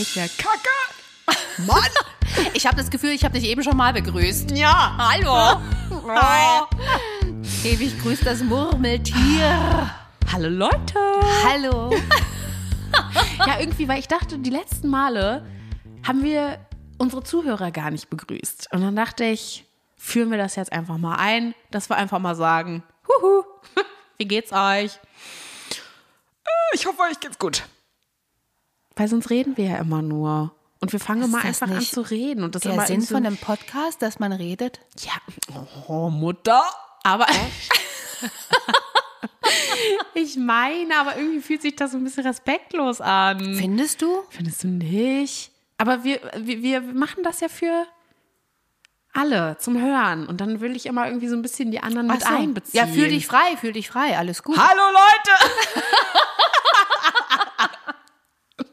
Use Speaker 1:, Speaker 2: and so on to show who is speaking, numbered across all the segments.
Speaker 1: ist ja Kacke. Mann.
Speaker 2: Ich habe das Gefühl, ich habe dich eben schon mal begrüßt.
Speaker 1: Ja.
Speaker 2: Hallo.
Speaker 3: Oh.
Speaker 2: Hi. Ewig grüßt das Murmeltier.
Speaker 1: Hallo Leute.
Speaker 2: Hallo.
Speaker 3: Ja, irgendwie, weil ich dachte, die letzten Male haben wir unsere Zuhörer gar nicht begrüßt. Und dann dachte ich, führen wir das jetzt einfach mal ein, dass wir einfach mal sagen, huhu, wie geht's euch?
Speaker 1: Äh, Ich hoffe, euch geht's gut.
Speaker 3: Weil sonst reden wir ja immer nur. Und wir fangen mal
Speaker 2: das
Speaker 3: einfach an
Speaker 2: nicht
Speaker 3: zu reden. Und das
Speaker 2: Der
Speaker 3: immer
Speaker 2: Sinn
Speaker 3: in so-
Speaker 2: von einem Podcast, dass man redet.
Speaker 3: Ja, oh, Mutter. Aber. ich meine, aber irgendwie fühlt sich das so ein bisschen respektlos an.
Speaker 2: Findest du?
Speaker 3: Findest du nicht? Aber wir, wir, wir machen das ja für alle zum Hören. Und dann will ich immer irgendwie so ein bisschen die anderen mit
Speaker 2: Ach so.
Speaker 3: einbeziehen.
Speaker 2: Ja, fühl dich frei, fühl dich frei, alles gut.
Speaker 1: Hallo Leute.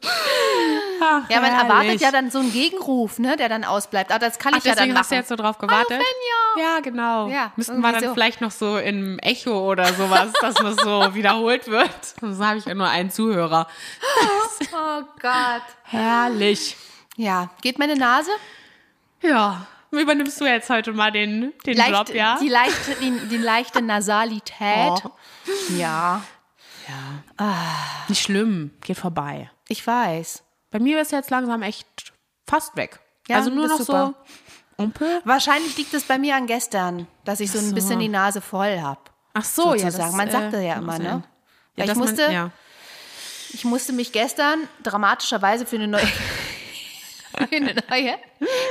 Speaker 2: ja, man
Speaker 3: herrlich.
Speaker 2: erwartet ja dann so einen Gegenruf, ne, der dann ausbleibt. Aber das kann
Speaker 3: Ach,
Speaker 2: ich ja
Speaker 3: deswegen
Speaker 2: dann
Speaker 3: hast du
Speaker 2: machen.
Speaker 3: jetzt so drauf gewartet?
Speaker 2: Hallo,
Speaker 3: ja, genau.
Speaker 2: Ja,
Speaker 3: Müssten wir
Speaker 2: irgendwie
Speaker 3: dann
Speaker 2: so.
Speaker 3: vielleicht noch so im Echo oder sowas, dass das so wiederholt wird. Sonst habe ich ja nur einen Zuhörer.
Speaker 2: Oh Gott.
Speaker 3: Herrlich.
Speaker 2: Ja, geht meine Nase?
Speaker 3: Ja, übernimmst du jetzt heute mal den, den
Speaker 2: Leicht,
Speaker 3: Job, ja?
Speaker 2: die, leichte, die, die leichte Nasalität.
Speaker 3: Oh.
Speaker 2: Ja,
Speaker 3: Nicht schlimm, geht vorbei.
Speaker 2: ich weiß.
Speaker 3: Bei mir ist jetzt langsam echt fast weg.
Speaker 2: Ja,
Speaker 3: also nur noch
Speaker 2: das ist super.
Speaker 3: so Umpel.
Speaker 2: Wahrscheinlich liegt es bei mir an gestern, dass ich so ein
Speaker 3: so.
Speaker 2: bisschen die Nase voll habe.
Speaker 3: Ach so, ja,
Speaker 2: sozusagen. Man sagte Oh ja
Speaker 3: kann
Speaker 2: immer,
Speaker 3: auch
Speaker 2: ne?
Speaker 3: sein.
Speaker 2: Weil ich
Speaker 3: dass man-
Speaker 2: musste-
Speaker 3: ja.
Speaker 2: Ich musste mich gestern dramatischerweise für eine neue, für eine neue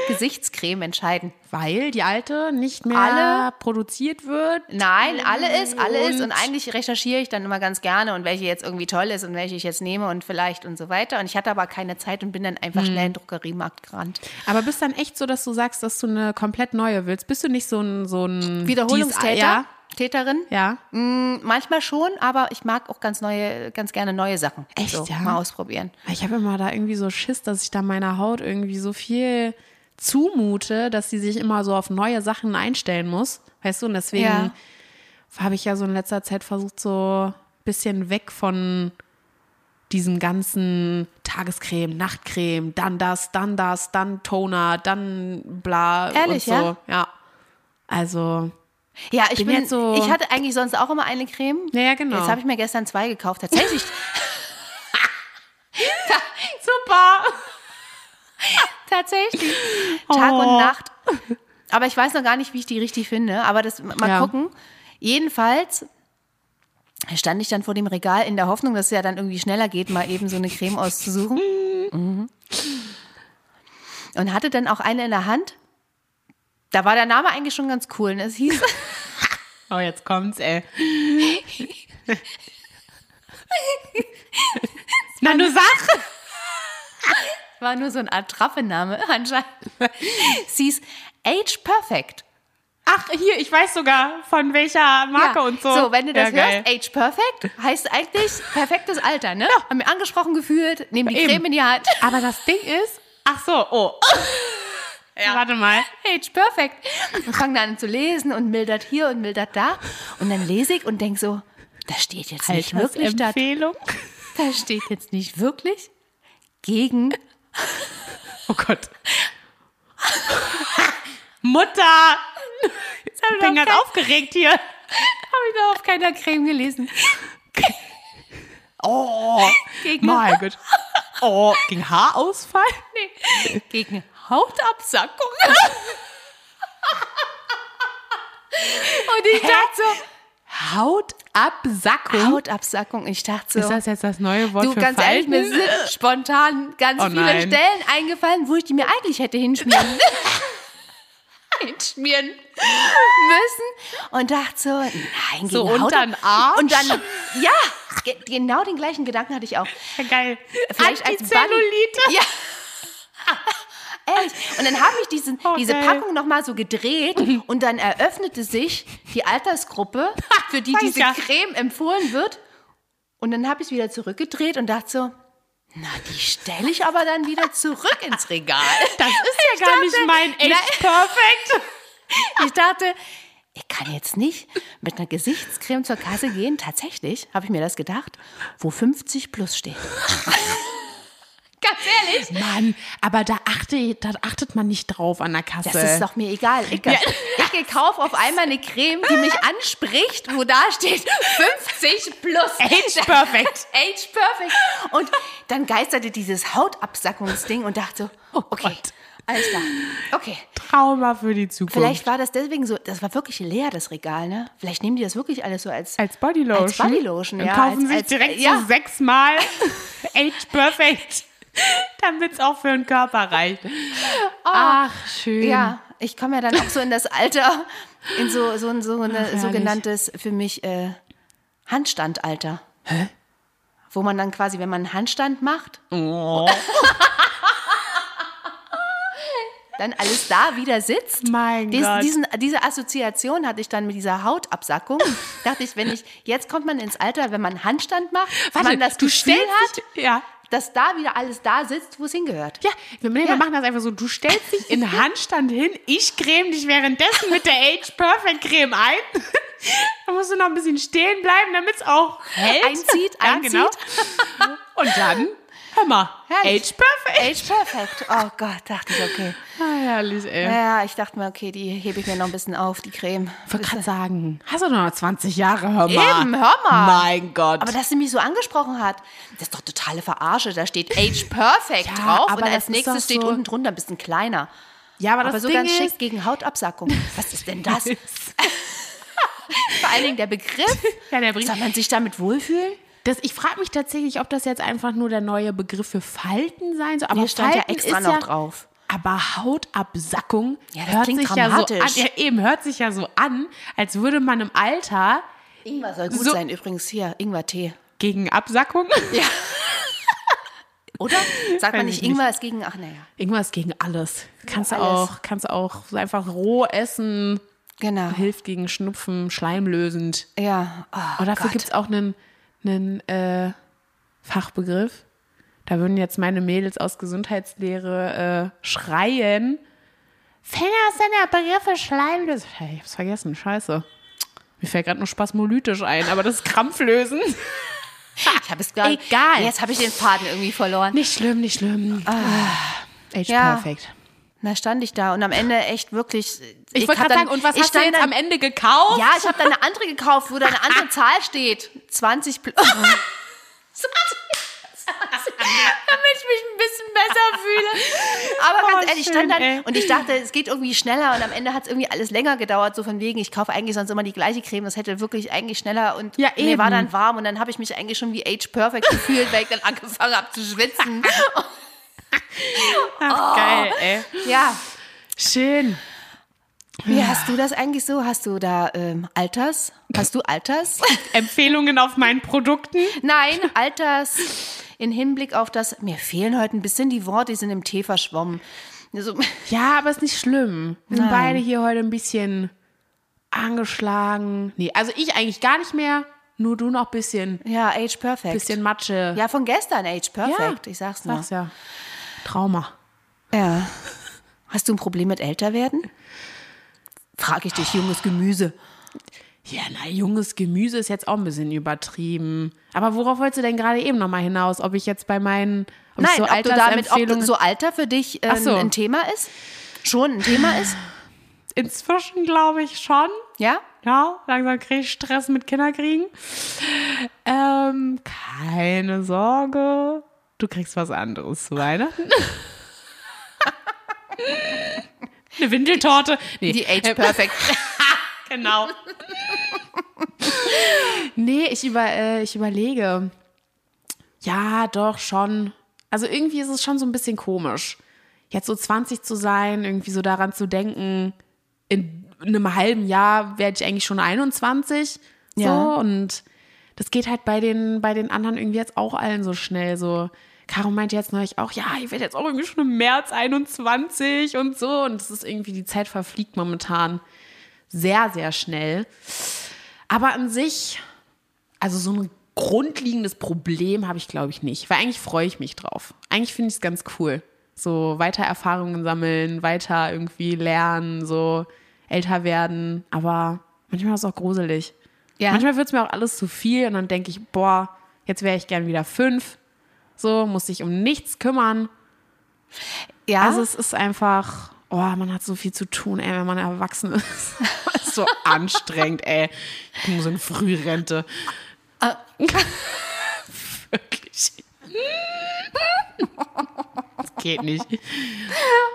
Speaker 2: Gesichtscreme entscheiden.
Speaker 3: Weil die alte nicht mehr
Speaker 2: Alle-
Speaker 3: produziert wird.
Speaker 2: Nein, alle ist, alle ist.
Speaker 3: Und-
Speaker 2: Und eigentlich recherchiere ich dann immer ganz gerne und welche jetzt irgendwie toll ist und welche ich jetzt nehme und vielleicht und so weiter. Und ich hatte aber keine Zeit und bin dann einfach
Speaker 3: Hm.
Speaker 2: schnell in den Drogeriemarkt gerannt.
Speaker 3: Aber bist dann echt so, dass du sagst, dass du eine komplett neue willst? Bist du nicht so ein. So ein
Speaker 2: Wiederholungstäter,
Speaker 3: Dies- ah, Ja.
Speaker 2: Täterin?
Speaker 3: ja.
Speaker 2: Mm, Manchmal schon, aber ich mag auch ganz neue, ganz gerne neue Sachen.
Speaker 3: Echt,
Speaker 2: so,
Speaker 3: ja?
Speaker 2: Mal ausprobieren.
Speaker 3: Ich habe immer da irgendwie so Schiss, dass ich da meiner Haut irgendwie so viel zumute, dass sie sich immer so auf neue Sachen einstellen muss. Weißt du, und deswegen
Speaker 2: Ja.
Speaker 3: habe ich ja so in letzter Zeit versucht, so ein bisschen weg von diesem ganzen Tagescreme, Nachtcreme, dann das, dann das, dann Toner, dann bla
Speaker 2: Ehrlich,
Speaker 3: und so.
Speaker 2: ja?
Speaker 3: ja. Also,
Speaker 2: Ja, ich
Speaker 3: Bin
Speaker 2: bin,
Speaker 3: jetzt so-
Speaker 2: ich hatte eigentlich sonst auch immer eine Creme.
Speaker 3: Ja, ja, genau.
Speaker 2: Jetzt habe ich mir gestern zwei gekauft. Tatsächlich,
Speaker 3: super.
Speaker 2: tatsächlich. Tag
Speaker 3: Oh.
Speaker 2: und Nacht. Aber ich weiß noch gar nicht, wie ich die richtig finde. Aber das mal
Speaker 3: Ja.
Speaker 2: gucken. Jedenfalls stand ich dann vor dem Regal in der Hoffnung, dass es ja dann irgendwie schneller geht, mal eben so eine Creme auszusuchen. Mhm. Und hatte dann auch eine in der Hand. Da war der Name eigentlich schon ganz cool. Ne? Es hieß
Speaker 3: Oh, jetzt kommt's, ey. Na, du sag!
Speaker 2: War nur so ein Attrappename anscheinend. Sie ist Age Perfect.
Speaker 3: Ach, hier, ich weiß sogar, von welcher Marke
Speaker 2: Ja.
Speaker 3: und so.
Speaker 2: So, wenn du das
Speaker 3: Ja, geil.
Speaker 2: hörst, Age Perfect heißt eigentlich perfektes Alter, ne? Haben wir angesprochen gefühlt, nehmen die
Speaker 3: Eben.
Speaker 2: Creme in die Hand.
Speaker 3: Aber das Ding ist. Ach so, oh. Warte mal.
Speaker 2: Age Perfect. Und fangen dann an zu lesen und mildert hier und mildert da. Und dann lese ich und denke so, da steht jetzt
Speaker 3: Halt,
Speaker 2: nicht wirklich da
Speaker 3: Empfehlung.
Speaker 2: Da steht jetzt nicht wirklich gegen
Speaker 3: Oh Gott. Mutter! Ich bin
Speaker 2: doch
Speaker 3: ganz aufgeregt hier.
Speaker 2: Habe ich noch auf keiner Creme gelesen. Oh, gegen,
Speaker 3: Mein Gott. Oh, gegen Haarausfall?
Speaker 2: nee, gegen Hautabsackung. Und ich dachte so,
Speaker 3: Hautabsackung?
Speaker 2: Hautabsackung. Und ich dachte so,
Speaker 3: Hm? Ist das jetzt das neue Wort
Speaker 2: du
Speaker 3: für
Speaker 2: ganz ehrlich,
Speaker 3: Falten?
Speaker 2: mir sind spontan ganz
Speaker 3: Oh
Speaker 2: viele
Speaker 3: nein.
Speaker 2: Stellen eingefallen, wo ich die mir eigentlich hätte hinschmieren, hinschmieren müssen. Und dachte so, nein, gegen
Speaker 3: So
Speaker 2: Haut-
Speaker 3: untern Arsch?
Speaker 2: Und dann, ja, ge genau den gleichen Gedanken hatte ich auch.
Speaker 3: Ja, geil.
Speaker 2: Vielleicht als
Speaker 3: Antizellulite.
Speaker 2: Ja. Ehrlich. Ah, Und dann habe ich diesen,
Speaker 3: Oh,
Speaker 2: diese
Speaker 3: geil.
Speaker 2: Packung nochmal so gedreht und dann eröffnete sich die Altersgruppe, für die diese
Speaker 3: Ja.
Speaker 2: Creme empfohlen wird. Und dann habe ich es wieder zurückgedreht und dachte so, na, die stelle ich aber dann wieder zurück ins Regal.
Speaker 3: Das ist ja gar nicht mein Age Perfect.
Speaker 2: Ich dachte, ich kann jetzt nicht mit einer Gesichtscreme zur Kasse gehen. Tatsächlich habe ich mir das gedacht, wo 50 plus steht. Ganz ehrlich.
Speaker 3: Mann, aber da, achte, da achtet man nicht drauf an der Kasse.
Speaker 2: Das ist doch mir egal. Ich, ich kaufe auf einmal eine Creme, die mich anspricht, wo da steht 50 plus.
Speaker 3: Age perfect.
Speaker 2: Age perfect. Und dann geisterte dieses Hautabsackungsding und dachte so, okay,
Speaker 3: Oh Gott.
Speaker 2: alles klar. Okay.
Speaker 3: Trauma für die Zukunft.
Speaker 2: Vielleicht war das deswegen so, das war wirklich leer, das Regal, ne? Vielleicht nehmen die das wirklich alles so als,
Speaker 3: als Bodylotion.
Speaker 2: als Bodylotion,
Speaker 3: Und
Speaker 2: ja.
Speaker 3: kaufen
Speaker 2: als,
Speaker 3: sich
Speaker 2: als,
Speaker 3: direkt
Speaker 2: ja.
Speaker 3: so sechsmal Age Perfect, damit es auch für den Körper reicht. Ach, schön.
Speaker 2: Ja, ich komme ja dann auch so in das Alter, in so, so ein so eine,
Speaker 3: herrlich.
Speaker 2: sogenanntes für mich äh, Handstandalter. Hä? Wo man dann quasi, wenn man einen Handstand macht,
Speaker 3: Oh.
Speaker 2: dann alles da wieder sitzt.
Speaker 3: Mein
Speaker 2: Dies,
Speaker 3: Gott.
Speaker 2: Diesen, diese Assoziation hatte ich dann mit dieser Hautabsackung. Dachte ich, wenn ich, jetzt kommt man ins Alter, wenn man einen Handstand macht, man das Gestell hat,
Speaker 3: dich- Ja.
Speaker 2: dass da wieder alles da sitzt, wo es hingehört.
Speaker 3: Ja, wir, wir machen das einfach so. Du stellst dich in Handstand hin, ich creme dich währenddessen mit der Age Perfect Creme ein. Dann musst du noch ein bisschen stehen bleiben, damit es auch hält.
Speaker 2: Einzieht,
Speaker 3: ja,
Speaker 2: einzieht.
Speaker 3: Genau. Und dann, hör mal, Age
Speaker 2: Herrlich.
Speaker 3: Perfect.
Speaker 2: Age perfect. Oh Gott, dachte ich, okay.
Speaker 3: Ah, herrlich, ey.
Speaker 2: Ja, ich dachte mir, okay, die hebe ich mir noch ein bisschen auf, die Creme.
Speaker 3: Ich wollte gerade sagen, hast du noch 20 Jahre, hör mal.
Speaker 2: Eben, hör mal.
Speaker 3: Mein Gott.
Speaker 2: Aber dass sie mich so angesprochen hat, das ist doch totale Verarsche. Da steht Age Perfect
Speaker 3: Ja,
Speaker 2: drauf und
Speaker 3: aber das
Speaker 2: als
Speaker 3: ist
Speaker 2: nächstes
Speaker 3: doch
Speaker 2: steht
Speaker 3: so-
Speaker 2: unten drunter ein bisschen kleiner.
Speaker 3: ja, aber,
Speaker 2: Aber
Speaker 3: das
Speaker 2: so
Speaker 3: Ding
Speaker 2: ganz
Speaker 3: ist,
Speaker 2: schick gegen Hautabsackung. Was ist denn das? Vor allen Dingen der Begriff.
Speaker 3: Ja, der bringt-
Speaker 2: Soll man sich damit wohlfühlen?
Speaker 3: Das, ich frage mich tatsächlich, ob das jetzt einfach nur der neue Begriff für Falten sein soll. Aber
Speaker 2: Hier stand ja
Speaker 3: Falten
Speaker 2: extra
Speaker 3: ist
Speaker 2: noch
Speaker 3: ja,
Speaker 2: drauf.
Speaker 3: Aber Hautabsackung
Speaker 2: Ja, das
Speaker 3: hört
Speaker 2: klingt
Speaker 3: sich ja so an.
Speaker 2: dramatisch.
Speaker 3: Ja, eben hört sich ja so an, als würde man im Alter
Speaker 2: Ingwer soll gut
Speaker 3: So-
Speaker 2: sein übrigens hier. Ingwer-Tee.
Speaker 3: gegen Absackung
Speaker 2: Oder? Sagt
Speaker 3: Weiß
Speaker 2: man nicht
Speaker 3: ich nicht.
Speaker 2: Ingwer ist gegen, ach naja.
Speaker 3: irgendwas gegen alles. Kannst du
Speaker 2: alles.
Speaker 3: auch, kannst du auch so einfach roh essen.
Speaker 2: Genau.
Speaker 3: Hilft gegen Schnupfen, schleimlösend.
Speaker 2: Ja. Oh,
Speaker 3: Aber dafür
Speaker 2: Gott.
Speaker 3: gibt es auch einen, einen äh, Fachbegriff. Da würden jetzt meine Mädels aus Gesundheitslehre äh, schreien. Finger sind ja Begriffe schleimlösend. Hey, ich hab's vergessen, scheiße. Mir fällt gerade nur spasmolytisch ein, aber das ist Krampflösen.
Speaker 2: Ich habe es gar
Speaker 3: Egal.
Speaker 2: Jetzt habe ich den Faden irgendwie verloren.
Speaker 3: Nicht schlimm, nicht schlimm. Ah, Age
Speaker 2: Ja.
Speaker 3: perfect.
Speaker 2: Na, stand ich da und am Ende echt wirklich.
Speaker 3: Ich, wollte
Speaker 2: hab
Speaker 3: gerade
Speaker 2: dann-
Speaker 3: sagen, und was
Speaker 2: ich
Speaker 3: hast du
Speaker 2: stand
Speaker 3: jetzt am
Speaker 2: dann,
Speaker 3: Ende gekauft?
Speaker 2: Ja, ich habe da eine andere gekauft, wo da eine andere Zahl steht. 20 plus. 20, 20, damit ich mich ein bisschen besser fühle. Aber ganz
Speaker 3: Oh,
Speaker 2: ehrlich, ich
Speaker 3: schön,
Speaker 2: stand dann
Speaker 3: ey.
Speaker 2: und ich dachte, es geht irgendwie schneller und am Ende hat es irgendwie alles länger gedauert, so von wegen, ich kaufe eigentlich sonst immer die gleiche Creme, das hätte wirklich eigentlich schneller und
Speaker 3: Ja,
Speaker 2: mir war
Speaker 3: eben.
Speaker 2: dann warm und dann habe ich mich eigentlich schon wie Age Perfect gefühlt, weil ich dann angefangen habe zu schwitzen.
Speaker 3: Ach, geil, ey.
Speaker 2: Ja,
Speaker 3: Schön.
Speaker 2: Wie hast du das eigentlich so? Hast du da ähm, Alters? Hast du Alters?
Speaker 3: Empfehlungen auf meinen Produkten.
Speaker 2: Nein, Alters in Hinblick auf das. Mir fehlen heute ein bisschen die Worte, die sind im Tee verschwommen. Also, So,
Speaker 3: Ja, aber ist nicht schlimm. Wir sind beide hier heute ein bisschen angeschlagen. Nee, also ich eigentlich gar nicht mehr, nur du noch ein bisschen,
Speaker 2: ja, Age Perfect.
Speaker 3: bisschen Matsche.
Speaker 2: Ja, von gestern Age Perfect. ich sag's nur.
Speaker 3: Sag's ja. Trauma.
Speaker 2: Ja. Hast du ein Problem mit Älterwerden? Frage ich dich, junges Gemüse.
Speaker 3: Ja, na, junges Gemüse ist jetzt auch ein bisschen übertrieben. Aber worauf wolltest du denn gerade eben nochmal hinaus? Ob ich jetzt bei meinen ob ich
Speaker 2: Nein,
Speaker 3: so
Speaker 2: ob du damit, ob
Speaker 3: Altersempfehlungen-
Speaker 2: so Alter für dich äh,
Speaker 3: Ach so.
Speaker 2: ein Thema ist? Schon ein Thema ist?
Speaker 3: inzwischen glaube ich schon.
Speaker 2: Ja?
Speaker 3: Ja, langsam kriege ich Stress mit Kinderkriegen. Ähm, keine Sorge. Du kriegst was anderes zu Weihnachten. Eine Windeltorte. Nee,
Speaker 2: Die Age Perfect.
Speaker 3: genau. nee, ich, über, äh, ich überlege. Ja, doch, schon. Also irgendwie ist es schon so ein bisschen komisch, jetzt so 20 zu sein, irgendwie so daran zu denken, in einem halben Jahr werde ich eigentlich schon 21. So,
Speaker 2: Ja.
Speaker 3: und das geht halt bei den, bei den anderen irgendwie jetzt auch allen so schnell. So, Caro meinte jetzt neulich auch, ja, ich werde jetzt auch irgendwie schon im März 21 und so. Und es ist irgendwie, die Zeit verfliegt momentan sehr, sehr schnell. Aber an sich, also so ein grundlegendes Problem habe ich, glaube ich, nicht. Weil eigentlich freue ich mich drauf. Eigentlich finde ich es ganz cool. So weiter Erfahrungen sammeln, weiter irgendwie lernen, so älter werden. Aber manchmal ist es auch gruselig.
Speaker 2: Ja.
Speaker 3: Manchmal wird es mir auch alles zu viel und dann denke ich, boah, jetzt wäre ich gern wieder fünf. So, muss sich um nichts kümmern.
Speaker 2: Ja,
Speaker 3: Also es ist einfach, oh, man hat so viel zu tun, ey, wenn man erwachsen ist. ist so anstrengend, ey. Ich muss in Frührente. Ah. Wirklich. Das geht nicht.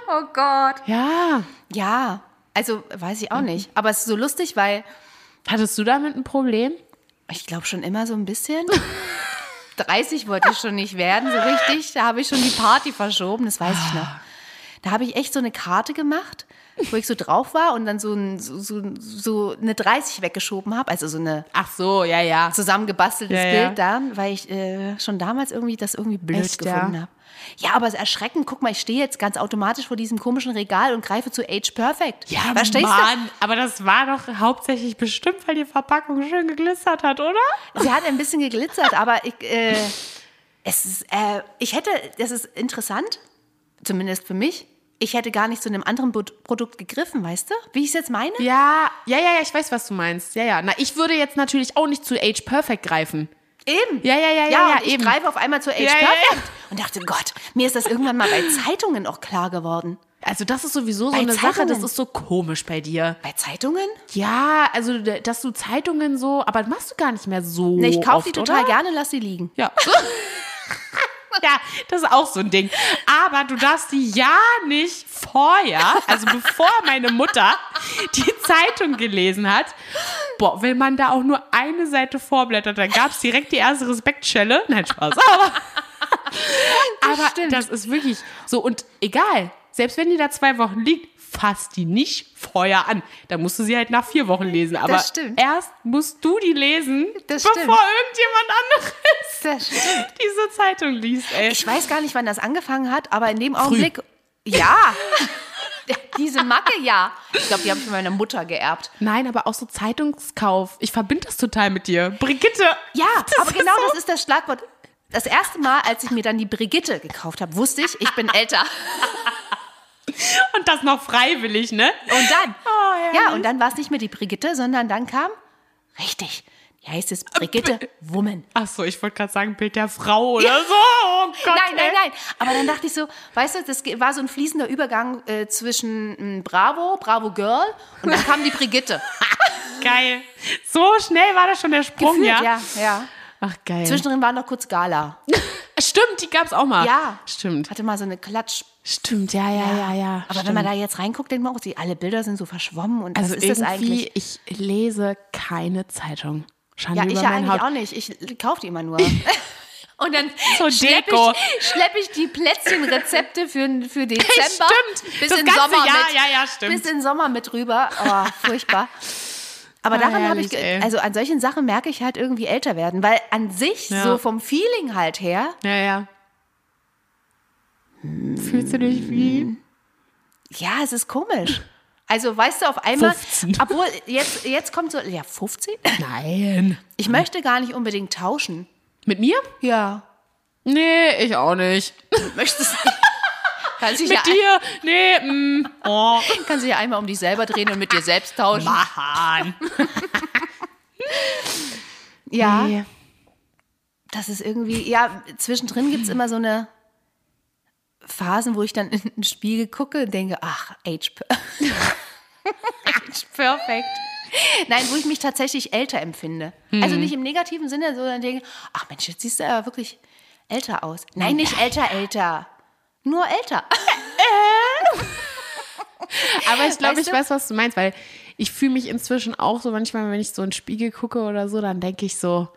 Speaker 2: oh Gott.
Speaker 3: Ja.
Speaker 2: Ja, also weiß
Speaker 3: Mhm.
Speaker 2: ich auch nicht. Aber es ist so lustig, weil
Speaker 3: Hattest du damit ein Problem?
Speaker 2: ich glaube schon immer so ein bisschen. 30 wollte ich schon nicht werden, so richtig. Da habe ich schon die Party verschoben, das weiß ich noch.
Speaker 3: Ah.
Speaker 2: Da habe ich echt so eine Karte gemacht, wo ich so drauf war und dann so, ein, so, so, so eine 30 weggeschoben habe. Also so eine
Speaker 3: Ach so, ja, ja.
Speaker 2: zusammengebasteltes
Speaker 3: Ja, ja.
Speaker 2: Bild da, weil ich äh, schon damals irgendwie das irgendwie blöd
Speaker 3: Echt, ja?
Speaker 2: gefunden habe. Ja, aber es ist erschreckend. Guck mal, ich stehe jetzt ganz automatisch vor diesem komischen Regal und greife zu Age Perfect.
Speaker 3: Ja,
Speaker 2: Verstehst du?
Speaker 3: Mann, aber das war doch hauptsächlich bestimmt, weil die Verpackung schön geglistert hat, oder?
Speaker 2: Sie hat ein bisschen geglitzert, aber ich, äh, es ist, äh, ich hätte, das ist interessant, zumindest für mich. Ich hätte gar nicht zu einem anderen Bu- Produkt gegriffen, weißt du? Wie ich es jetzt meine?
Speaker 3: Ja, ja, ja, ja, ich weiß, was du meinst. Ja, ja. Na, ich würde jetzt natürlich auch nicht zu Age Perfect greifen.
Speaker 2: Eben.
Speaker 3: Ja, ja, ja, ja, ja,
Speaker 2: und ich
Speaker 3: eben.
Speaker 2: greife auf einmal zu Age
Speaker 3: Ja, ja, ja.
Speaker 2: Perfect und dachte, Gott, mir ist das irgendwann mal bei Zeitungen auch klar geworden.
Speaker 3: Also das ist sowieso so
Speaker 2: Bei
Speaker 3: eine Sache, das
Speaker 2: Zeitungen.
Speaker 3: ist so komisch bei dir.
Speaker 2: Bei Zeitungen?
Speaker 3: Ja, also d- dass du Zeitungen so, aber das machst du gar nicht mehr so.
Speaker 2: Ne, ich kaufe
Speaker 3: oft,
Speaker 2: die total
Speaker 3: oder?
Speaker 2: gerne, lass sie liegen.
Speaker 3: Ja. ja, das ist auch so ein Ding. Aber du darfst die ja nicht vorher, also bevor meine Mutter die Zeitung gelesen hat. Boah, wenn man da auch nur eine Seite vorblättert, dann gab es direkt die erste Respektschelle. Nein, Spaß. Aber, aber das ist wirklich so. Und egal, selbst wenn die da zwei Wochen liegt, fass die nicht vorher an. Da musst du sie halt nach vier Wochen lesen. Aber
Speaker 2: stimmt.
Speaker 3: erst musst du die lesen,
Speaker 2: Das
Speaker 3: bevor
Speaker 2: stimmt.
Speaker 3: irgendjemand anderes
Speaker 2: Das
Speaker 3: diese Zeitung liest, ey.
Speaker 2: Ich weiß gar nicht, wann das angefangen hat, aber in dem Augenblick. Ja. Diese Macke, ja. Ich glaube, die habe ich von meiner Mutter geerbt.
Speaker 3: Nein, aber auch so Zeitungskauf. Ich verbinde das total mit dir. Brigitte.
Speaker 2: Ja,
Speaker 3: Das
Speaker 2: aber
Speaker 3: ist
Speaker 2: genau
Speaker 3: so-
Speaker 2: das ist das Schlagwort. Das erste Mal, als ich mir dann die Brigitte gekauft habe, wusste ich, ich bin älter.
Speaker 3: Und das noch freiwillig, ne?
Speaker 2: Und dann,
Speaker 3: Oh,
Speaker 2: ja, und dann war es nicht mehr die Brigitte, sondern dann kam, richtig, die heißt
Speaker 3: Äh,
Speaker 2: es Brigitte Woman.
Speaker 3: Ach so, ich wollte gerade sagen, Bild der Frau oder so. Oh Gott.
Speaker 2: Nein, nein,
Speaker 3: ey.
Speaker 2: nein. Aber dann dachte ich so, weißt du, das ge- war so ein fließender Übergang äh, zwischen mm, Bravo, Bravo Girl und dann kam die Brigitte.
Speaker 3: Geil. So schnell war das schon der Sprung,
Speaker 2: Gefühlt,
Speaker 3: ja?
Speaker 2: ja, ja.
Speaker 3: Ach, geil.
Speaker 2: Zwischendrin war noch kurz Gala.
Speaker 3: Stimmt, die gab's auch mal.
Speaker 2: Ja.
Speaker 3: Stimmt.
Speaker 2: Hatte mal so eine Klatsch.
Speaker 3: Stimmt, ja, ja, ja, ja.
Speaker 2: Aber
Speaker 3: Stimmt.
Speaker 2: wenn man da jetzt reinguckt, denkt man auch, die, alle Bilder sind so verschwommen und
Speaker 3: also
Speaker 2: was ist das eigentlich?
Speaker 3: irgendwie, ich lese keine Zeitung. Schande
Speaker 2: Ja,
Speaker 3: über
Speaker 2: ich ja
Speaker 3: mein
Speaker 2: eigentlich
Speaker 3: Haupt.
Speaker 2: auch nicht. Ich kaufe die immer nur. Und dann
Speaker 3: So
Speaker 2: schlepp
Speaker 3: Deko.
Speaker 2: ich, schlepp ich die Plätzchenrezepte für, für Dezember
Speaker 3: Stimmt.
Speaker 2: bis
Speaker 3: Das
Speaker 2: in
Speaker 3: ganze
Speaker 2: Sommer
Speaker 3: Jahr.
Speaker 2: mit.
Speaker 3: Ja, ja, stimmt.
Speaker 2: Bis in Sommer mit rüber. Oh, furchtbar. Aber daran habe
Speaker 3: herrlich,
Speaker 2: ich, ge-
Speaker 3: ey.
Speaker 2: also an solchen Sachen merke ich halt irgendwie älter werden, weil an sich
Speaker 3: Ja.
Speaker 2: so vom Feeling halt her,
Speaker 3: Ja, ja. Fühlst du dich wie?
Speaker 2: ja, es ist komisch. Also weißt du, auf einmal,
Speaker 3: 15.
Speaker 2: obwohl jetzt, jetzt kommt so, ja, 15?
Speaker 3: Nein.
Speaker 2: Ich möchte gar nicht unbedingt tauschen.
Speaker 3: Mit mir?
Speaker 2: Ja.
Speaker 3: Nee, ich auch nicht.
Speaker 2: Möchtest du? Kannst dich
Speaker 3: Mit
Speaker 2: ja
Speaker 3: dir? Nee, mm. Oh.
Speaker 2: Kannst du ja einmal um dich selber drehen und mit dir selbst tauschen.
Speaker 3: Mann.
Speaker 2: Ja,
Speaker 3: Nee.
Speaker 2: das ist irgendwie, ja, zwischendrin gibt es immer so eine Phasen, wo ich dann in den Spiegel gucke und denke, ach, age, per- age perfect. Nein, wo ich mich tatsächlich älter empfinde. Also nicht im negativen Sinne, sondern denke, ach Mensch, jetzt siehst du aber wirklich älter aus. Nein, nicht älter, älter. Nur älter.
Speaker 3: Aber ich glaube,
Speaker 2: Weißt
Speaker 3: ich
Speaker 2: du?
Speaker 3: weiß, was du meinst, weil ich fühle mich inzwischen auch so manchmal, wenn ich so in den Spiegel gucke oder so, dann denke ich so,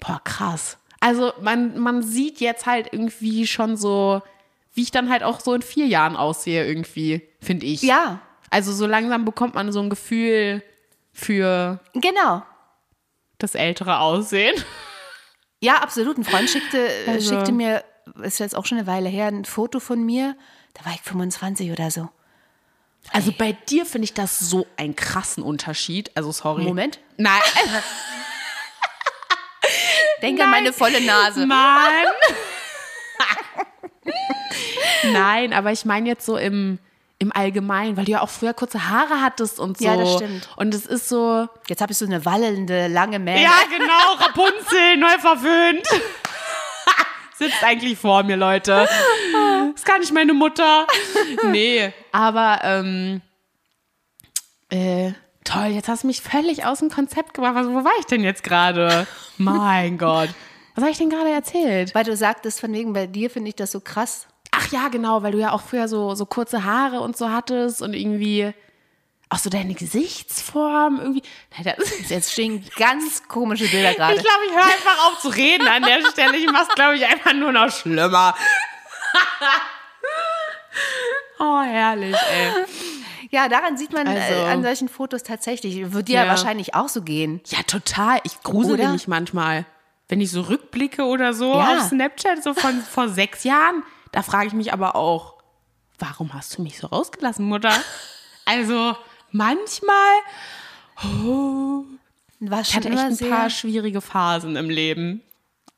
Speaker 3: boah, krass. Also man, man sieht jetzt halt irgendwie schon so, wie ich dann halt auch so in vier Jahren aussehe irgendwie, finde ich.
Speaker 2: Ja,
Speaker 3: Also so langsam bekommt man so ein Gefühl für
Speaker 2: genau.
Speaker 3: das ältere Aussehen.
Speaker 2: Ja, absolut. Ein Freund schickte, äh,
Speaker 3: Also-
Speaker 2: schickte mir, ist jetzt auch schon eine Weile her, ein Foto von mir. Da war ich 25 oder so.
Speaker 3: Also bei dir finde ich das so einen krassen Unterschied. Also sorry.
Speaker 2: Moment.
Speaker 3: Nein.
Speaker 2: Denke an meine volle Nase.
Speaker 3: Mann. Nein, aber ich meine jetzt so im, im Allgemeinen, weil du ja auch früher kurze Haare hattest und so.
Speaker 2: Ja, das stimmt.
Speaker 3: Und es ist so.
Speaker 2: Jetzt habe ich so eine wallende, lange Mähne.
Speaker 3: genau, Rapunzel, neu verwöhnt. sitzt eigentlich vor mir, Leute. Ist gar nicht meine Mutter. Nee, aber ähm, äh, toll, jetzt hast du mich völlig aus dem Konzept gebracht. Was, wo war ich denn jetzt gerade? Mein Gott. Was habe ich denn gerade erzählt?
Speaker 2: Weil du sagtest, von wegen, bei dir finde ich das so krass.
Speaker 3: Ach ja, genau, weil du ja auch früher so, so kurze Haare und so hattest und irgendwie auch so deine Gesichtsform irgendwie. Nein, das ist
Speaker 2: Jetzt stehen ganz komische Bilder gerade.
Speaker 3: Ich glaube, ich höre einfach auf zu reden an der Stelle. Ich mache es, glaube ich, einfach nur noch schlimmer. oh, herrlich, ey.
Speaker 2: Ja, daran sieht man
Speaker 3: Also-
Speaker 2: äh, an solchen Fotos tatsächlich. Wird dir ja.
Speaker 3: Ja.
Speaker 2: wahrscheinlich auch so gehen.
Speaker 3: Ja, total. Ich grusel
Speaker 2: Oder?
Speaker 3: mich manchmal. Wenn ich so rückblicke oder so
Speaker 2: Ja.
Speaker 3: auf Snapchat, so von vor sechs Jahren, da frage ich mich aber auch, warum hast du mich so rausgelassen, Mutter? Also manchmal
Speaker 2: War
Speaker 3: Ich hatte
Speaker 2: schon
Speaker 3: echt
Speaker 2: immer
Speaker 3: ein
Speaker 2: sehr
Speaker 3: paar schwierige Phasen im Leben.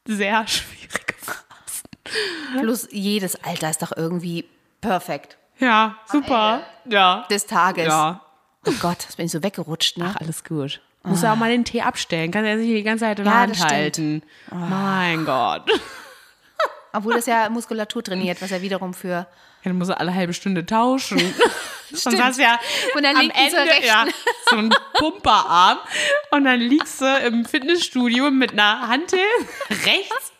Speaker 3: Sehr schwierige Phasen.
Speaker 2: Plus jedes Alter ist doch irgendwie perfekt
Speaker 3: Ja,
Speaker 2: Ah,
Speaker 3: super. Ja.
Speaker 2: des Tages.
Speaker 3: Ja.
Speaker 2: Oh Gott, jetzt bin ich so weggerutscht. Ne?
Speaker 3: Ach, alles gut. Muss ja auch mal den Tee abstellen. Kann er sich die ganze Zeit in der
Speaker 2: Ja,
Speaker 3: Hand
Speaker 2: das stimmt.
Speaker 3: halten. Mein Gott.
Speaker 2: Obwohl das ja Muskulatur trainiert, was ja wiederum für
Speaker 3: Ja, Dann muss er alle halbe Stunde tauschen. Sonst hast du ja
Speaker 2: Von der
Speaker 3: am
Speaker 2: linken
Speaker 3: Ende
Speaker 2: zur rechten.
Speaker 3: ja, so einen Pumperarm und dann liegst du im Fitnessstudio mit einer Hantel rechts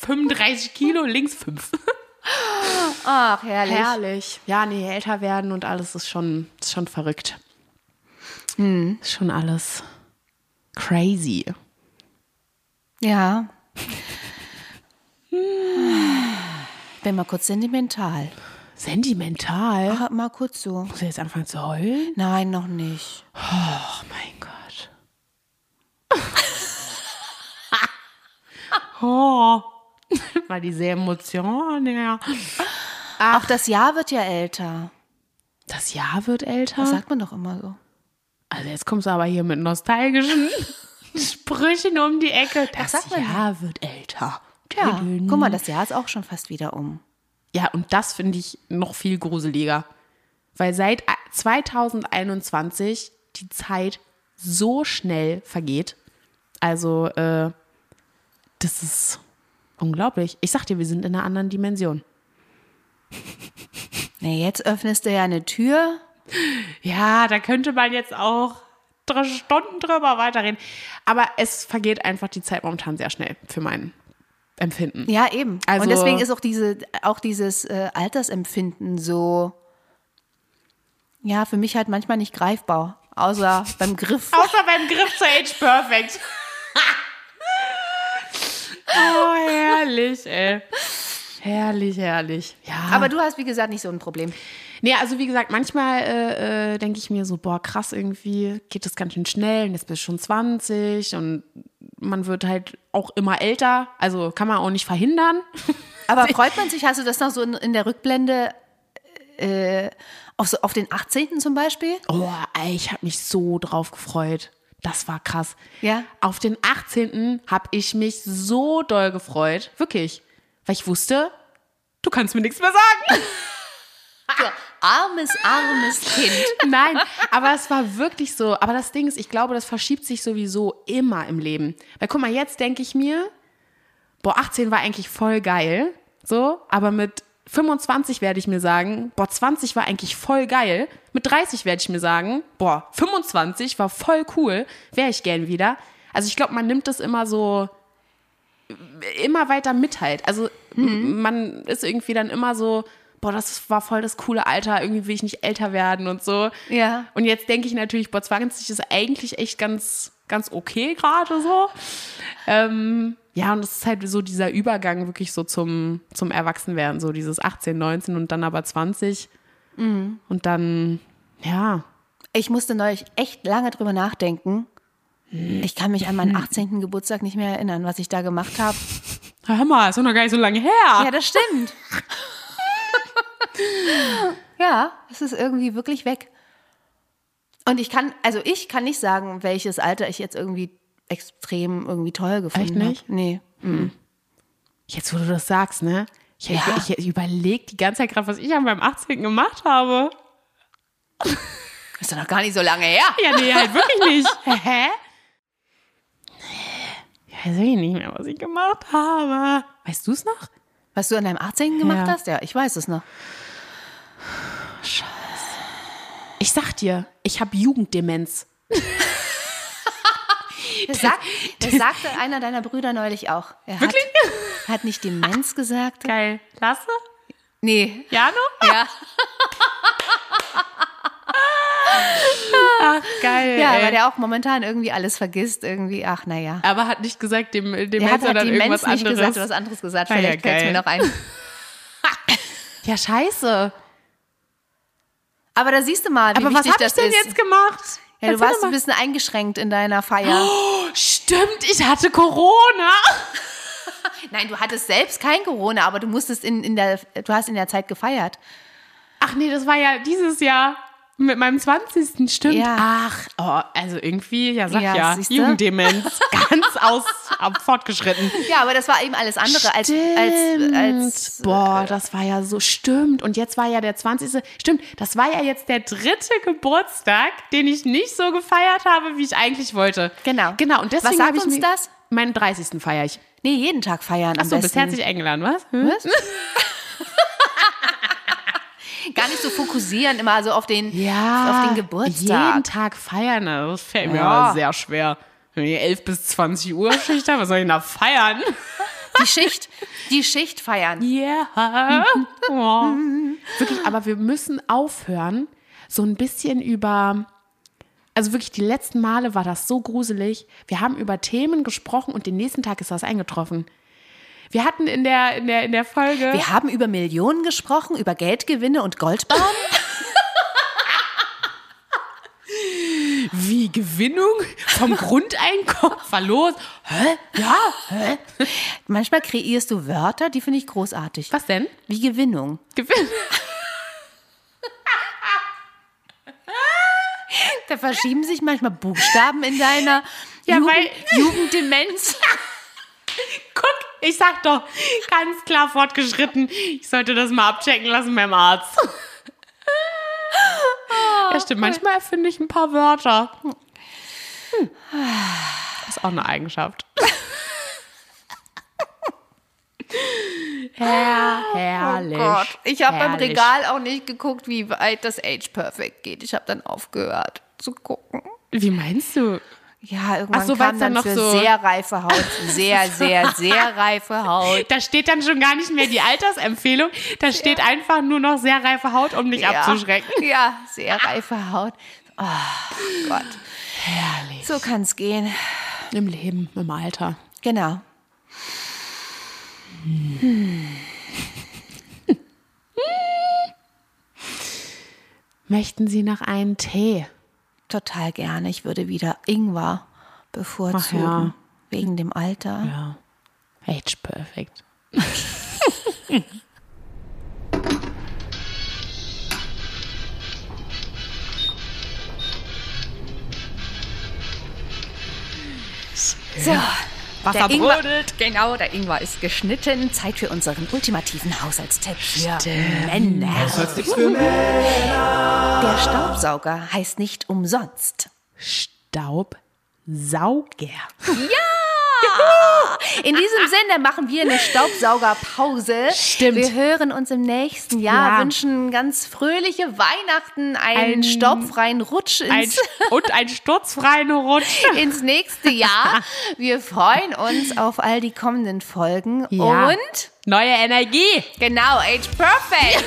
Speaker 3: 35 Kilo, links 5.
Speaker 2: Ach, herrlich.
Speaker 3: Herrlich. Ja, nee, älter werden und alles ist schon, ist schon verrückt. Ist schon alles Hm. crazy.
Speaker 2: Ja. Hm. Bin mal kurz sentimental.
Speaker 3: Sentimental.
Speaker 2: Ach, Mal kurz so.
Speaker 3: Muss ich jetzt anfangen zu heulen?
Speaker 2: Nein, noch nicht.
Speaker 3: Oh mein Gott. oh. War die sehr emotionär.
Speaker 2: Auch das Jahr wird ja älter.
Speaker 3: Das Jahr wird
Speaker 2: Das
Speaker 3: älter.
Speaker 2: sagt man doch immer so.
Speaker 3: Also jetzt kommst du aber hier mit nostalgischen Sprüchen um die Ecke. Das
Speaker 2: sagt man
Speaker 3: Jahr wird älter.
Speaker 2: Ja. Guck mal, das Jahr ist auch schon fast wieder um.
Speaker 3: Ja, und das finde ich noch viel gruseliger. Weil seit 2021 die Zeit so schnell vergeht. Also, äh, das ist unglaublich. Ich sag dir, wir sind in einer anderen Dimension.
Speaker 2: Na, jetzt öffnest du ja eine Tür.
Speaker 3: Ja, da könnte man jetzt auch drei Stunden drüber weiterreden. Aber es vergeht einfach die Zeit momentan sehr schnell, für mein Empfinden.
Speaker 2: Ja, eben.
Speaker 3: Also-
Speaker 2: Und deswegen ist auch, diese, auch dieses äh, Altersempfinden so, ja, für mich halt manchmal nicht greifbar. Außer beim Griff.
Speaker 3: Außer beim Griff zur Age Perfect. oh, herrlich, ey. Herrlich, herrlich. Ja.
Speaker 2: Aber du hast, wie gesagt, nicht so ein Problem.
Speaker 3: Nee, also wie gesagt, manchmal äh, äh, denke ich mir so, boah, krass, irgendwie geht das ganz schön schnell und jetzt bist du schon 20 und man wird halt auch immer älter. Also kann man auch nicht verhindern.
Speaker 2: Aber freut man sich, hast du das noch so in, in der Rückblende äh, auf, so, auf den 18. zum Beispiel?
Speaker 3: Oh, ey, ich habe mich so drauf gefreut. Das war krass.
Speaker 2: Ja.
Speaker 3: Auf den 18. habe ich mich so doll gefreut. Wirklich. Weil ich wusste, du kannst mir nichts mehr sagen.
Speaker 2: Du armes, armes Kind.
Speaker 3: Nein, aber es war wirklich so. Aber das Ding ist, ich glaube, das verschiebt sich sowieso immer im Leben. Weil guck mal, jetzt denke ich mir, boah, 18 war eigentlich voll geil. So, aber mit 25 werde ich mir sagen, boah, 20 war eigentlich voll geil. Mit 30 werde ich mir sagen, boah, 25 war voll cool, wäre ich gern wieder. Also ich glaube, man nimmt das immer so immer weiter mit halt. Also m- man ist irgendwie dann immer so, boah, das war voll das coole Alter, irgendwie will ich nicht älter werden und so.
Speaker 2: Ja.
Speaker 3: Ah. Und jetzt denke ich natürlich, boah, 20 ist eigentlich echt ganz, ganz okay gerade so. Ähm, ja, und es ist halt so dieser Übergang wirklich so zum, zum Erwachsenwerden, so dieses 18, 19 und dann aber 20.
Speaker 2: Mhm.
Speaker 3: Und dann, ja,
Speaker 2: Ich musste neulich echt lange drüber nachdenken. Ich kann mich an meinen 18. Geburtstag nicht mehr erinnern, was ich da gemacht habe.
Speaker 3: hör mal, ist doch noch gar nicht so lange her.
Speaker 2: Ja, das stimmt. ja, es ist irgendwie wirklich weg. Und ich kann, also ich kann nicht sagen, welches Alter ich jetzt irgendwie extrem irgendwie toll gefunden habe.
Speaker 3: nicht?
Speaker 2: Nee.
Speaker 3: Jetzt, wo du das sagst, ne? Ich,
Speaker 2: Ja.
Speaker 3: ich, ich überlege die ganze Zeit gerade, was ich an meinem 18. gemacht habe.
Speaker 2: Ist doch noch gar nicht so lange her.
Speaker 3: Ja, nee, halt wirklich nicht. Hä? Ich weiß wirklich nicht mehr, was ich gemacht habe. Weißt du es noch?
Speaker 2: Was du an deinem 18. gemacht
Speaker 3: Ja.
Speaker 2: hast? Ja, ich weiß es noch.
Speaker 3: Ich sag dir, ich habe Jugenddemenz.
Speaker 2: Das, sag, das sagte einer deiner Brüder neulich auch. Er Wirklich? Hat, hat nicht Demenz gesagt?
Speaker 3: Geil. Lasse?
Speaker 2: Nee.
Speaker 3: Jano?
Speaker 2: Ja,
Speaker 3: Ah, Geil.
Speaker 2: ja
Speaker 3: ey.
Speaker 2: weil der auch momentan irgendwie alles vergisst. Irgendwie, ach naja.
Speaker 3: aber hat nicht gesagt, dem, dem
Speaker 2: Der hat
Speaker 3: Mensa
Speaker 2: halt
Speaker 3: dann
Speaker 2: Demenz
Speaker 3: irgendwas
Speaker 2: nicht
Speaker 3: anderes.
Speaker 2: gesagt, was anderes gesagt.
Speaker 3: Ah, ja,
Speaker 2: Vielleicht fällt es mir
Speaker 3: geil.
Speaker 2: noch ein.
Speaker 3: ja, scheiße.
Speaker 2: Aber da siehst du mal, wie
Speaker 3: Aber was
Speaker 2: wichtig
Speaker 3: hab ich
Speaker 2: das
Speaker 3: denn
Speaker 2: ist.
Speaker 3: jetzt gemacht?
Speaker 2: Ja, du
Speaker 3: Erzähl
Speaker 2: warst
Speaker 3: mal. Oh.
Speaker 2: ein bisschen eingeschränkt in deiner Feier.
Speaker 3: Stimmt, ich hatte Corona.
Speaker 2: Nein, du hattest selbst kein Corona, aber du musstest in, in der, du hast in der Zeit gefeiert.
Speaker 3: Ach nee, das war ja dieses Jahr mit meinem 20. Stimmt.
Speaker 2: Ja.
Speaker 3: Ach, oh, also irgendwie, ja, sag
Speaker 2: Ja,
Speaker 3: ja,
Speaker 2: siehste?
Speaker 3: Jugenddemenz. Ganz aus, ab, fortgeschritten.
Speaker 2: Ja, aber das war eben alles andere als, als, als äh,
Speaker 3: Boah, das war ja so, stimmt. Und jetzt war ja der 20. Stimmt, das war ja jetzt der dritte Geburtstag, den ich nicht so gefeiert habe, wie ich eigentlich wollte.
Speaker 2: Genau.
Speaker 3: Genau, und deswegen
Speaker 2: Was sagt
Speaker 3: habe ich
Speaker 2: uns
Speaker 3: mir-
Speaker 2: das?
Speaker 3: Meinen 30. feiere ich.
Speaker 2: Nee, jeden Tag feiern. am
Speaker 3: Achso, bist
Speaker 2: besten.
Speaker 3: herzlich eingeladen, was? Hm?
Speaker 2: Was? Gar nicht so fokussieren immer so auf den, auf den Geburtstag.
Speaker 3: Jeden Tag feiern, also das fällt mir
Speaker 2: Ja.
Speaker 3: aber sehr schwer. Wenn ich 11 bis 20 Uhr Schicht habe, was soll ich denn da feiern?
Speaker 2: Die Schicht, die Schicht feiern.
Speaker 3: Yeah. oh. Wirklich, aber wir müssen aufhören, so ein bisschen über. Also wirklich, die letzten Male war das so gruselig. Wir haben über Themen gesprochen und den nächsten Tag ist das eingetroffen. Wir hatten in der, in der, in der Folge.
Speaker 2: Wir haben über Millionen gesprochen, über Geldgewinne und Goldbarren.
Speaker 3: Wie Gewinnung vom Grundeinkommen verloren. Hä? Ja? Hä?
Speaker 2: Manchmal kreierst du Wörter, die finde ich großartig.
Speaker 3: Was denn?
Speaker 2: Wie Gewinnung.
Speaker 3: Gewinn.
Speaker 2: Da verschieben sich manchmal Buchstaben in deiner
Speaker 3: Ja,
Speaker 2: Jugend
Speaker 3: weil-
Speaker 2: Jugenddemenz.
Speaker 3: Guck, ich sag doch, ganz klar fortgeschritten. Ich sollte das mal abchecken lassen beim Arzt. ja, stimmt. Manchmal erfinde ich ein paar Wörter. Hm. Ist auch eine Eigenschaft. Herr, herrlich.
Speaker 2: Oh ich habe beim
Speaker 3: herrlich.
Speaker 2: Regal auch nicht geguckt, wie weit das Age Perfect geht. Ich habe dann aufgehört zu gucken.
Speaker 3: Wie meinst du?
Speaker 2: Ja, irgendwann
Speaker 3: Ach so,
Speaker 2: kam
Speaker 3: weil's dann
Speaker 2: dann
Speaker 3: noch
Speaker 2: für
Speaker 3: so-
Speaker 2: sehr reife Haut, sehr, sehr, sehr reife Haut.
Speaker 3: Da steht dann schon gar nicht mehr die Altersempfehlung. Da steht einfach nur noch sehr reife Haut, um dich abzuschrecken.
Speaker 2: Ja, sehr reife Haut. Oh Gott. Herrlich. So kann es gehen.
Speaker 3: Im Leben, im Alter.
Speaker 2: Genau.
Speaker 3: Möchten Sie noch einen Tee?
Speaker 2: Total gerne. Ich würde wieder Ingwer bevorzugen.
Speaker 3: Ach ja.
Speaker 2: Wegen dem Alter.
Speaker 3: Ja. Age perfect.
Speaker 2: So.
Speaker 1: Wasser
Speaker 2: Der Ingwer-
Speaker 1: brodelt.
Speaker 2: Genau, der Ingwer ist geschnitten. Zeit für unseren ultimativen Haushaltstipp für Männer. Der Staubsauger heißt nicht umsonst.
Speaker 3: Staubsauger.
Speaker 2: In diesem Sinne machen wir eine Staubsaugerpause.
Speaker 3: Stimmt.
Speaker 2: Wir hören uns im nächsten Jahr,
Speaker 3: Ja.
Speaker 2: wünschen ganz fröhliche Weihnachten, einen
Speaker 3: Ein-
Speaker 2: staubfreien Rutsch
Speaker 3: Ein,
Speaker 2: ins,
Speaker 3: und ein sturzfreien Rutsch.
Speaker 2: ins nächste Jahr. Wir freuen uns auf all die kommenden Folgen
Speaker 3: Ja.
Speaker 2: und
Speaker 3: Neue Energie.
Speaker 2: genau, Age Perfect.